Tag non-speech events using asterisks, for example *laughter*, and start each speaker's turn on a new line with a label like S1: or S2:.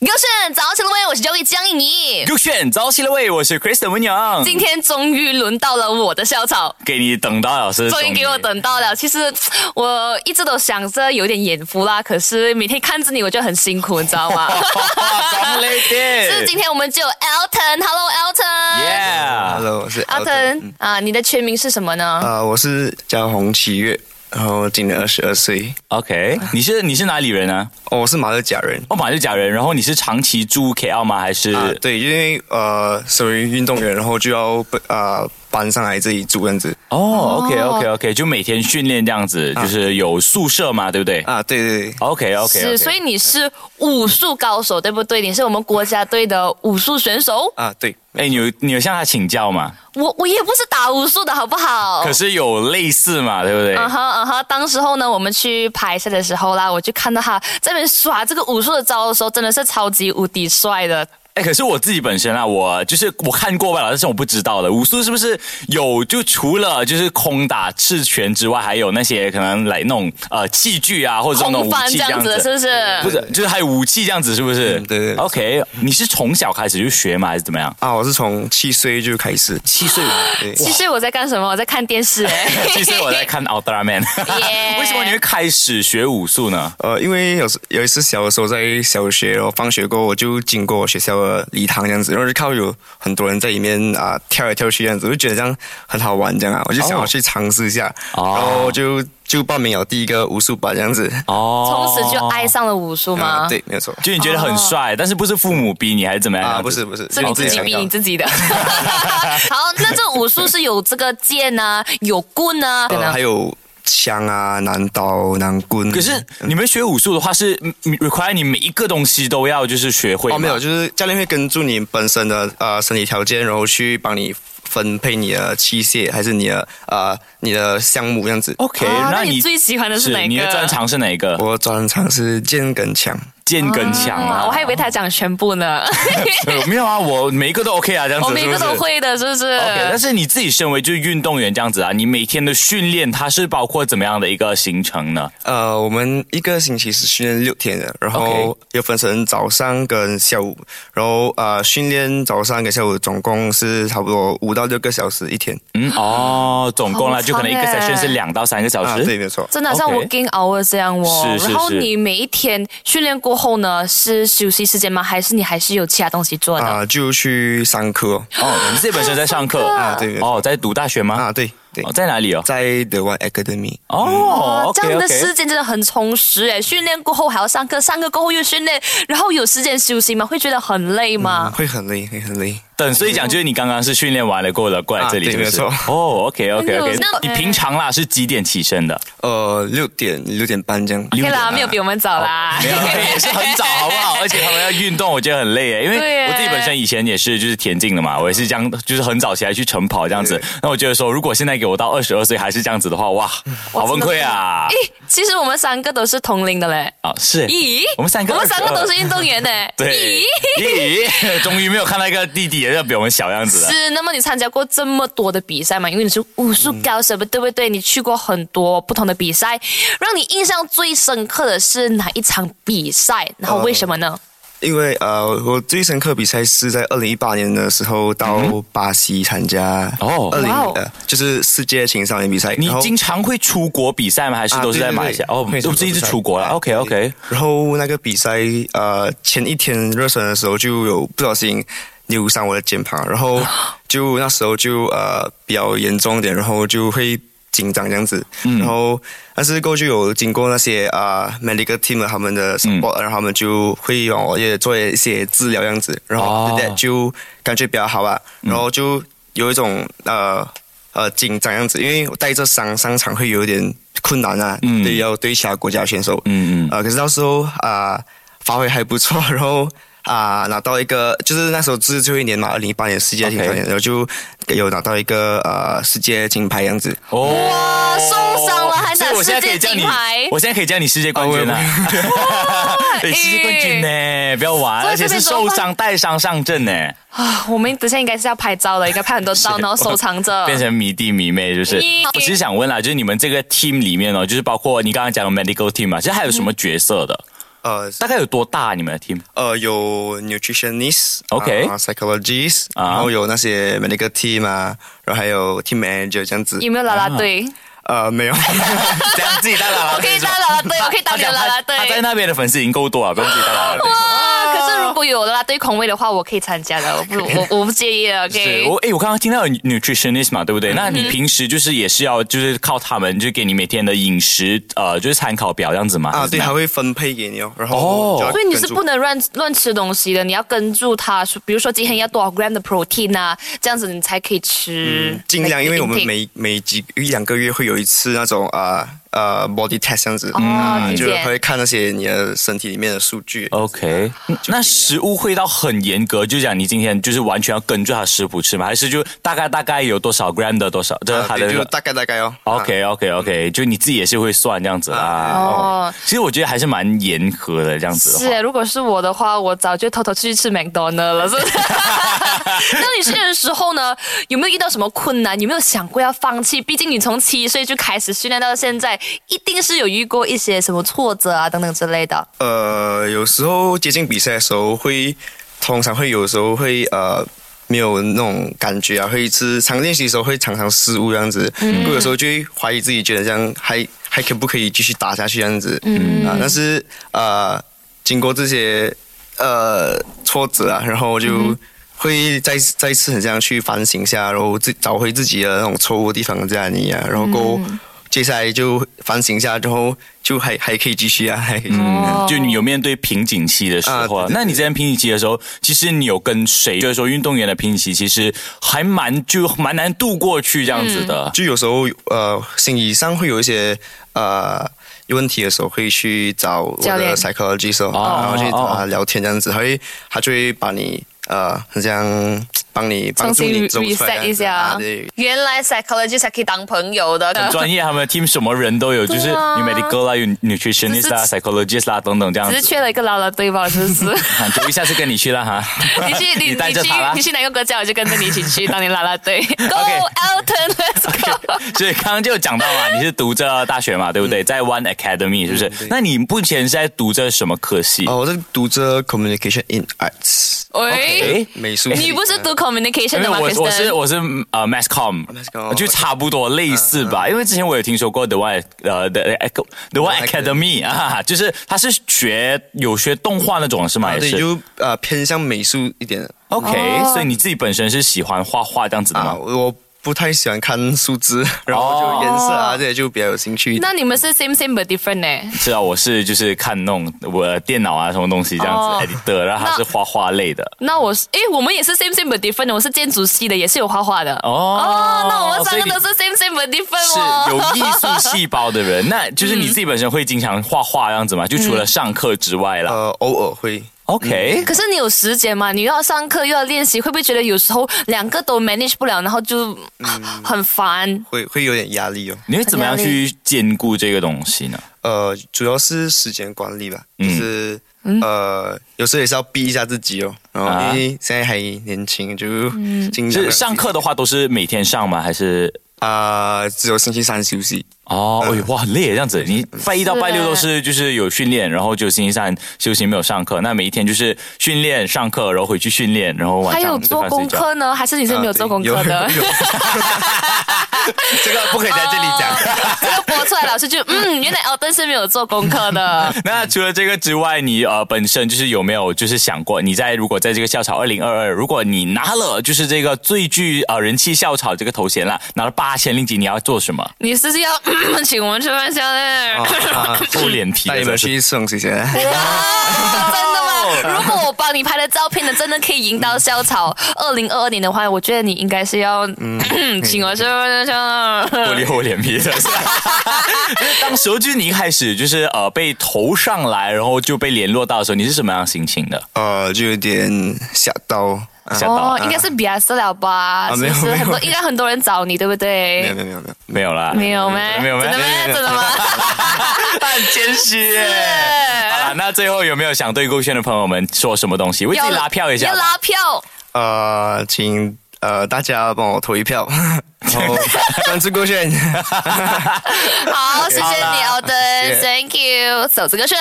S1: 勾选早起了喂，我是 Joey 江颖怡。
S2: 入选早起了喂，我是 Kristen 文阳，
S1: 今天终于轮到了我的校草，
S2: 给你等到老师，
S1: 终于给我等到了。其实我一直都想着有点眼福啦，可是每天看着你，我就很辛苦，你知道吗？
S2: 咱们啊累
S1: 是今
S2: 点
S1: 天我们就有 Elton，Hello Elton。
S2: ，Yeah，
S3: Hello，我是
S1: Elton 啊，你的全名是什么呢？
S3: 啊、我是叫洪七月，然后今年二十二岁。
S2: OK，你是你是哪里人啊？
S3: 哦，我是马六甲人
S2: 哦，马来假人，然后你是长期住 KL 吗？还是
S3: 啊，对，因为呃，属于运动员，然后就要被啊、搬上来这里住这样子
S2: 哦，OK OK OK，就每天训练这样子，就是有宿舍嘛，对不对
S3: 啊，对对对，
S2: ？OK OK，
S1: 是，所以你是武术高手，对不对？你是我们国家队的武术选手。
S3: 啊对，
S2: 哎，你有你有向他请教吗？
S1: 我我也不是打武术的好不好？
S2: 可是有类似嘛，对不对？
S1: 嗯哼嗯哼，当时候呢，我们去拍摄的时候啦，我就看到他这边耍这个武术的招的时候，真的是超级无敌帅的。
S2: 哎，可是我自己本身啊，我就是我看过罢了，但是我不知道的。武术是不是有就除了就是空打赤拳之外，还有那些可能来那种呃器具啊，或者说那种
S1: 空
S2: 武
S1: 翻
S2: 器
S1: 这
S2: 这
S1: 样
S2: 样
S1: 子的，是
S2: 子？
S1: 不是？
S2: 不是，就是还有武器这样子，是不是？
S3: 嗯对对对
S2: OK，你是从小开始就学吗，还是怎么样？
S3: 啊，我是从七岁就开始，七岁对，
S1: 其实我在干什么？我在看电视、哎
S2: *laughs* 其实我在看《奥特拉 man》
S1: Yeah
S2: *laughs* 为什么你会开始学武术呢？
S3: 呃，因为有时有一次小的时候在小学，然后放学过后我就经过我学校的礼堂这样子，然后就看到有很多人在里面啊、跳来跳去这样子，我就觉得这样很好玩这样啊，我就想要去尝试一下，
S2: 哦
S3: 然后就就报名了第一个武术班这样子。
S2: 哦
S1: *laughs* 从此就爱哦上了武术吗？
S3: 啊，对，没有错。
S2: 就你觉得很帅，但是不是父母逼你还是怎么样？
S3: 啊，不是不是，
S1: 是你自己
S3: 想
S1: 逼
S3: 到
S1: 你自己
S2: *laughs*
S1: 的。 *laughs* 好，那这武术是有这个剑啊，有棍啊，
S3: 呃，还有枪啊、南刀、南
S1: 嗯
S3: 棍。
S2: 可是你们学武术的话是嗯 require 你每一个东西都要就是学会吗
S3: 哦，没有，就是教练会根据你本身的呃身体条件，然后去帮你分配你的器械，还是你的呃你的项目这样子。
S2: OK，、
S1: 啊
S2: 那
S1: 那
S2: 你
S1: 你最喜欢的是哪一个哦
S2: 你的专长是哪一个？
S3: 我专长是剑跟枪。
S2: 剑跟枪啊，
S1: 嗯我还以为他讲全部
S2: *laughs*
S1: 呢， *laughs*
S2: 呃 *laughs* 没有啊，我每一个都 OK 啊，这样子
S1: 我哦每个
S2: 是不
S1: 都
S2: 是
S1: 会的，是不是
S2: OK，但是你自己身为就是运动员这样子啊，你每天的训练它是包括怎么样的一个行程呢？
S3: 呃，我们一个星期是训练六天的，然后
S2: OK
S3: 又分成早上跟下午，然后呃训练早上跟下午总共是差不多五到六个小时一天。
S2: 嗯，哦，总共啦，
S1: 好长
S2: 就可能一个
S1: 欸
S2: session 是两到三个小
S3: 啊，
S2: 时。
S3: 对，没有错。
S1: 真的像
S2: OK
S1: working hour 这样哦。
S2: 是是
S1: 然后
S2: 是
S1: 你每一天训练过后呢，是休息时间吗？还是你还是有其他东西做的？
S3: 啊、就去上课哦
S2: 哦，你自己本身在
S1: *laughs*
S2: 上课
S3: 啊对对
S2: 哦，在读大学吗？
S3: 啊，对对
S2: 哦，，在哪里哦？
S3: 在 The One Academy
S2: 哦
S1: 哇，
S2: ，OK，OK，
S1: 这样的时间真的很充实诶，训练过后还要上课，上课过后又训练，然后有时间休息吗？会觉得很累吗？
S3: 会很累，会很累。
S2: 等，所以讲就是你刚刚是训练完了，过了过来这里，
S3: 啊对
S2: 是不是
S3: 没有错
S2: 哦，OK OK
S1: 哎
S2: OK，
S1: 呦那
S2: 你平常啦是几点起身的？
S3: 呃，六点六点半这样。
S2: 嗯
S1: 对啦，没有比我们早啦。
S2: 啊哦没有，哎也是很早，好不好？而且他们要运动，我觉得很累耶，因
S1: 对
S2: 为
S1: 耶
S2: 我自己本身以前也是就是田径的嘛，我也是这样，就是很早起来去晨跑这样子
S3: 对。
S2: 那我觉得说，如果现在给我到二十二岁还是这样子的话，哇，好崩溃啊！
S1: 诶， *laughs* 其实我们三个都是同龄的嘞。
S2: 啊，是，
S1: 咦，
S2: 我们三个，
S1: 我们三个都是运动员呢。
S2: *laughs* 对
S1: 咦，，
S2: 咦， *laughs* 终于没有看到一个弟弟要比我们小样子了。
S1: 是，那么你参加过这么多的比赛嘛？因为你是武术高手，对不对？你去过很多不同的比赛，让你印象最深刻的是哪一场比赛？然后为什么呢？
S3: 因为呃，我最深刻比赛是在二零一八年的时
S1: 嗯
S3: 候到巴西参加
S2: 哦
S3: 二零
S1: 哇哦
S3: 呃就是世界青少年比赛。
S2: 你
S3: 然后
S2: 经常会出国比赛吗？还是
S3: 啊
S2: 都是在
S3: 对对
S2: 马来西亚？
S3: 对
S2: 哦，
S3: 会
S2: 都
S3: 出
S2: 是一直
S3: 国
S2: 出国了。
S3: 对
S2: OK OK，
S3: 然后那个比赛呃前一天热身的时候就有不小心扭伤我的肩膀，然后就那时候就呃比较严重一点，然后就会紧张这样子。然后但是过后就有经过那些啊、呃 medical team 的他们的 support，、然后他们就会让我也做一些治疗这样子，然后
S2: 哦
S3: after that 就感觉比较好啊，然后就有一种呃。呃，紧张样子，因为我带着伤上场会有点困难啊，
S2: 嗯
S3: 对，要对其他国家选手，
S2: 嗯嗯
S3: 呃，可是到时候啊、发挥还不错，然后啊、拿到一个，就是那时候是最后一年嘛，二零一八年世界青少年
S2: OK
S3: 然后就有拿到一个呃世界金牌样子。
S2: 哦，
S1: 哇受伤了还拿
S2: 所以我现在可以
S1: 世界
S2: 叫你
S1: 金牌
S2: 我现在可以叫你世界冠军了、 *laughs* 对，世界冠军呢，不要玩，
S1: 所
S2: 而
S1: 以这
S2: 且
S1: 边
S2: 是受伤带伤上阵呢，哦
S1: 啊，我们等下应该是要拍照的，应该拍很多照，然后收藏着。
S2: *laughs* 变成迷弟迷妹就是
S1: 咦。
S2: 我其实啊想问啦，就是你们这个 team 里面哦，就是包括你刚刚讲的 medical team 嘛，其实还有什么角色的？
S3: 呃
S2: 大概有多大？你们
S1: *laughs*
S2: 的 team
S3: 呃，有 nutritionist、
S2: OK
S3: 啊 psychologist，、
S2: 啊
S3: 然后有那些 medical team 啊，然后还有 team manager 这样子。
S1: 有没有啦啦队？
S3: 呃，没
S1: *laughs*
S3: 有，
S2: 这样自己带啦啦
S1: 我可以当啦啦队，我可以当你的啦啦队。
S2: 他在那边的粉丝已经够多了，不用自己带啦啦队。
S1: 啊，可是如果有啦啦队空位的话，我可以参加的，我不，我我不介意的。
S2: 是
S1: OK，
S2: 我诶，我刚刚听到有 nutritionist 嘛，对不对？那你平时就是也是要就是靠他们，就给你每天的饮食呃，就是参考表这样子嘛？还
S3: 啊，
S2: 是怎
S3: 对，
S2: 样
S3: 还会分配给你哦，然
S2: 哦
S3: 后就要
S1: 所以你是
S3: 跟住
S1: 不能乱乱吃东西的，你要跟住它，比如说今天要多少 gram 的 protein 啊，这样子你才可以吃。嗯
S3: 尽量，因为我们
S1: intake
S3: 每每几一两个月会有一次那种啊呃 body test 这样子，嗯
S1: 哦，理
S3: 就
S1: 解。
S3: 会看那些你的身体里面的数据。
S2: 哦 OK，那食物会到很严格，就讲你今天就是完全要跟住他的食谱吃吗？还是就大概大概有多少 gram 的多少，就是
S3: 啊
S2: 他
S3: 对
S2: 的
S3: 就大概大概哦。啊
S2: OK OK OK，就你自己也是会算这样子啊。
S1: 哦，
S2: 其实我觉得还是蛮严格的这样子的
S1: 是，啊
S2: 话。
S1: 如果是我的话，我早就偷偷去 *laughs* 吃 McDonald 了。是不是那你训练的时候呢，有没有遇到什么困难？有没有想过要放弃？毕竟你从七岁就开始训练到现在，一定是有遇过一些什么挫折啊等等之类的。
S3: 呃，有时候接近比赛的时候会，通常会有时候会呃。没有那种感觉啊，会是常练习的时候会常常失误这样子，嗯、有时候就会怀疑自己，觉得这样还还可不可以继续打下去这样子，嗯啊，但是呃，经过这些呃挫折啊，然后就会再再一次很想去反省一下，然后自找回自己的那种错误的地方在哪里啊，然后过后接下来就反省一下之后，就还还可以继续啊，还可以继续
S1: 哦
S2: 就你有面对瓶颈期的时候啊，
S3: 啊对对对
S2: 那你在瓶颈期的时候，其实你有跟谁？就是说，运动员的瓶颈期其实还蛮就蛮难度过去这样子的。
S3: 就有时候呃，心理上会有一些呃有问题的时候，会去找我
S1: 教练
S3: 的 psychologist，、哦、
S2: 哦
S3: 然后去
S2: 哦
S3: 找他聊天这样子，他会他就会把你呃，很像帮你帮
S1: 重
S3: 助
S1: 新
S3: 你走出来
S1: reset
S3: 这样
S1: 一
S3: 子
S1: 下
S3: 啊、对。。
S1: 原来 psychologist 还可以当朋友 *laughs* 的，
S2: 很专业，他们的 team 什么人都有，就是
S1: 嗯 *laughs* 对啊
S2: n medical 啦，有 nutritionist 啦
S1: 只
S2: ，psychologist 啦等等这样
S1: 只是
S2: 子。
S1: 缺了一个啦啦队吧，是不是？
S2: 啊就一下次跟你去了哈，
S1: *laughs* 你去你
S2: *laughs* 你带着
S1: 去
S2: 他啦
S1: 你去哪个国家，我就跟着你一起去当你啦啦
S2: *laughs*
S1: 队。Go
S2: OK
S1: Elton，Let's go。
S2: *laughs* 所以刚刚就有讲到嘛，你是读着大学嘛，对不
S1: 嗯
S2: 对？在 One Academy 是不是？那你目前是在读着什么科系？
S3: 哦，我在读着 Communication in Arts，
S1: 喂，
S2: 诶
S3: 美术系。
S1: 你不是读
S2: 因
S1: communication
S2: 为
S1: 的吗？
S2: 我我是
S1: Kristen？
S2: 我是呃 mass com，
S3: 哦 mass comm，
S2: 就
S3: OK
S2: 差不多类似
S3: 嗯
S2: 吧。因为之前我有听说过 the one 呃 the the one
S3: One
S2: academy 啊，就是他是学有学动画那种是吗？
S3: 啊
S2: 也
S3: 对，
S2: 是
S3: 就呃偏向美术一点的
S1: 哦
S2: OK，所以你自己本身是喜欢画画这样子的
S3: 啊，
S2: 吗？
S3: 我我不太喜欢看数字，然后就颜色啊这些就比较有兴趣一点。
S1: 哦那你们是 same same but different 呢？
S2: 是啊，我是就是看那种我电脑啊什么东西这样
S1: 哦
S2: 子 editor，然后他
S1: 那
S2: 是画画类的。
S1: 那我是，诶，我们也是 same same but different 的。我是建筑系的，也是有画画的。
S2: 哦
S1: 哦，那我们
S2: 所
S1: 三
S2: 以
S1: 个
S2: 你
S1: 都是 same same but different
S2: 是
S1: 哦。
S2: 有艺术细胞的人，那就是你自己本身会经常画画这样子嘛？就
S1: 嗯
S2: 除了上课之外啦。
S3: 呃，偶尔会
S2: OK，
S1: *laughs* 可是你有时间嘛？你又要上课又要练习，会不会觉得有时候两个都 manage 不了，然后就
S2: 嗯
S1: 很烦？
S3: 会会有点压力哦。
S2: 你会怎么样
S1: 很压
S2: 去兼顾这个东西呢？
S3: 呃，主要是时间管理吧，就是、
S1: 嗯
S3: 呃，有时候也是要逼一下自己哦。然后
S2: 啊
S3: 因为现在还年轻，就
S1: 嗯
S3: 尽量
S2: 是上课的话都是每天上吗？还是
S3: 啊、只有星期三休息。
S2: 哦，哎呦哇，很累这样子。你拜一到
S1: 是
S2: 拜六都是就是有训练，然后就星期三休息没有上课，那每一天就是训练、上课，然后回去训练，然后晚
S1: 还
S2: 上
S1: 有做功
S2: 吃饭睡觉。
S1: 课呢？还是你是没有做功课的
S3: 啊？ *laughs* 对有有这个不可以在这里讲。
S1: 这个播出来，老师就嗯，原来哦，但是没有做功课的。
S2: *laughs* *laughs* 那除了这个之外，你呃本身就是有没有就是想过，你在如果在这个校草二零二二，如果你拿了就是这个最具呃人气校草这个头衔啦，拿了八千令吉，你要做什么？
S1: 你是不是要嗯请我们吃饭宵夜？
S3: *laughs* 啊
S2: 厚脸皮
S3: 带
S2: 的
S3: 你
S2: 真
S3: 们
S2: 是，
S3: 去送谢谢。
S1: 真的吗？如果我帮你拍的照片呢，真的可以赢到校草二零二二年的话，我觉得你应该是要
S2: 嗯
S1: 嗯请我吃饭宵夜。
S2: *laughs* 我脸厚脸皮的是。当时候就是你一开始就是呃被投上来，然后就被联络到的时候，你是什么样的心情的？
S3: 呃，就有点吓到。啊
S2: 吓到啊
S1: 哦，应该是比亚斯了吧？是
S3: 没
S1: 不
S3: 有
S1: 是
S3: 没有
S1: 很多？应该很多人找你，对不
S3: 没有
S1: 对？
S3: 没有没有没有。
S2: 没有啦，
S1: 没有吗？
S2: 没有吗
S1: 真的吗？
S3: 没有没有
S1: 真的吗？
S2: 他 *laughs* 很谦虚耶。 *laughs* 好啦那最后有没有想对勾选的朋友们说什么东西？为 *laughs* 自己拉票一下
S1: 要
S2: 吧。
S1: 拉票。
S3: 呃，请呃大家帮我投一 *laughs* 票，然后关注勾选。
S1: 好，谢谢你，
S2: 好
S1: 奥登
S3: 谢谢
S1: ，Thank you，走这个圈。